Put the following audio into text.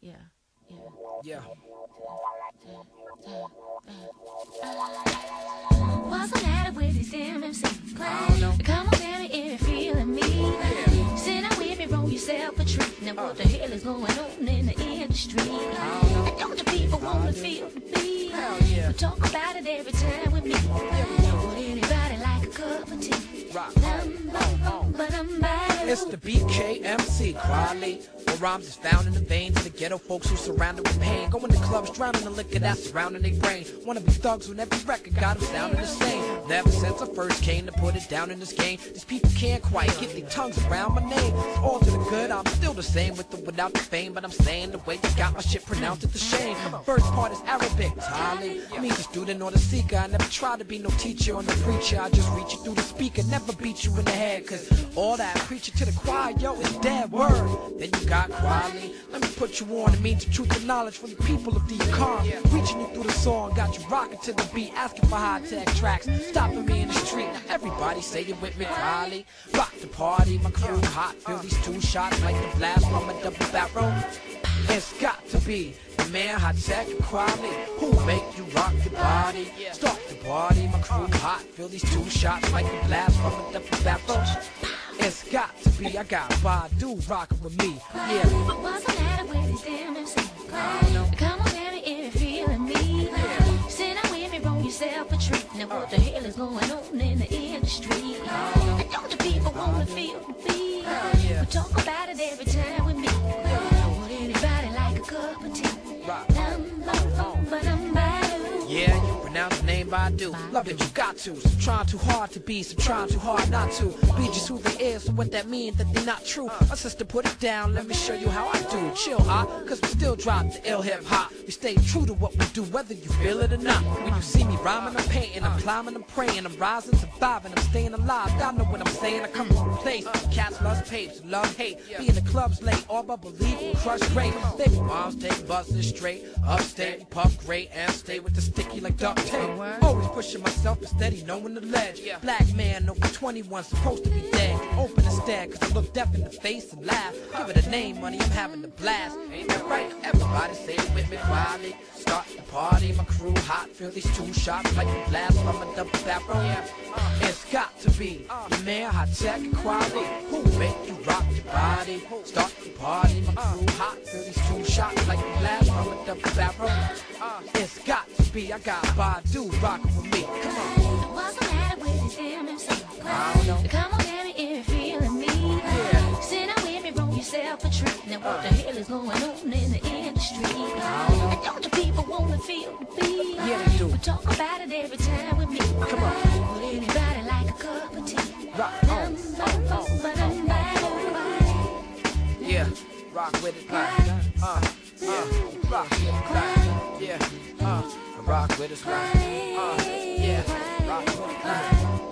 Yeah. Yeah. Yeah. What's the matter with these MMC class? Come on, tell me if you're feeling me. Sit down with me, roll yourself a treat. Now, what the hell is going on in the industry? Don't the people want to feel the beat? Hell yeah. But talk about it every time we meet. Would anybody like a cup of tea? Rock. Dum, bum, bum, ba-dum, ba-dum. It's the BKMC, Quali. Where rhymes is found in the veins of the ghetto folks who surrounded with pain. Going to clubs, drowning in liquor that's surrounding their brain. Wanna be thugs when every record got them sounding the same. Never since I first came to put it down in this game. These people can't quite get their tongues around my name. It's all to the good, I'm still the same with or without the fame. But I'm saying the way they got my shit pronounced at the shame. First part is Arabic, Tali. Me, the student or the seeker. I never try to be no teacher or no preacher. I just reach you through the speaker, never beat you in the head. Cause all that preaching to the choir, yo, is dead word. Then you got quality. Let me put you on. It means the truth and knowledge for the people of the car. Reaching you through the song, got you rocking to the beat, asking for high tech tracks, stopping me in the street. Now everybody say it with me, Quali. Rock the party, my crew hot. Feel these two shots like the blast from a double barrel. It's got to be the man hot tech quality who make you rock your body. Start the party, my crew hot. Feel these two shots like the blast from a double barrel. It's got to be. I got Badu rocking with me. Yeah. What's the matter with these damn MCs? Come on, tell me if you're feeling me. Sit down with me, roll yourself a treat. Now, what the hell is going on in the industry? Don't the people want to feel the beat? We talk about it every time we meet. Would anybody like a cup of tea? Rock. Dum, bum, bum, ba-dum, ba-doo. Yeah, you pronounce the name Badu. Love that you got to. Some trying too hard to be, some trying too hard not to. Be just who they is, so what that means that they're not true. My sister put it down, let me show you how I do. Chill, I, cause we still drop the ill hip hop. We stay true to what we do, whether you feel it or not. When you see me rhyming, I'm painting, I'm climbing, I'm praying, I'm rising, surviving, I'm staying alive. I know what I'm saying, I come from a place. Cats love tapes, love hate. Be in the clubs late, all but believe will crush rate. They be moms, they buzzing straight. Upstate, we puff great and stay with the sticky like duct tape. Always pushing myself and steady, knowing the ledge. Black man over 21, supposed to be dead. Open instead, cause I look deaf in the face and laugh. Give it a name, money, I'm having a blast. Ain't that right? Everybody say it with me quietly. Start the party, my crew hot. Feel these two shots like a blast from a double barrel. Uh, It's got to be the man, high tech quality. Who make you rock your body? Start the party, my crew hot. Feel these two shots like a blast from a double barrel. Uh, It's got to be, I got Badu rockin' with me. Come on. What's the matter with these damn MCs? Come on, tell me if you're feeling me. Sit down with me, roll yourself a treat. Now, what the hell is going on in the industry? Don't the people want to feel the beat? Yeah, they do. We talk about it every time we meet. Come on. Would anybody like a cup of tea? Rock Dum, on. bum, bum, ba-dum, ba-dum. Yeah, rock with it, rock. Uh, yeah, rock with it, rock. Yeah, uh, rock with it, rock. Uh, yeah, rock with it, rock. Uh, uh,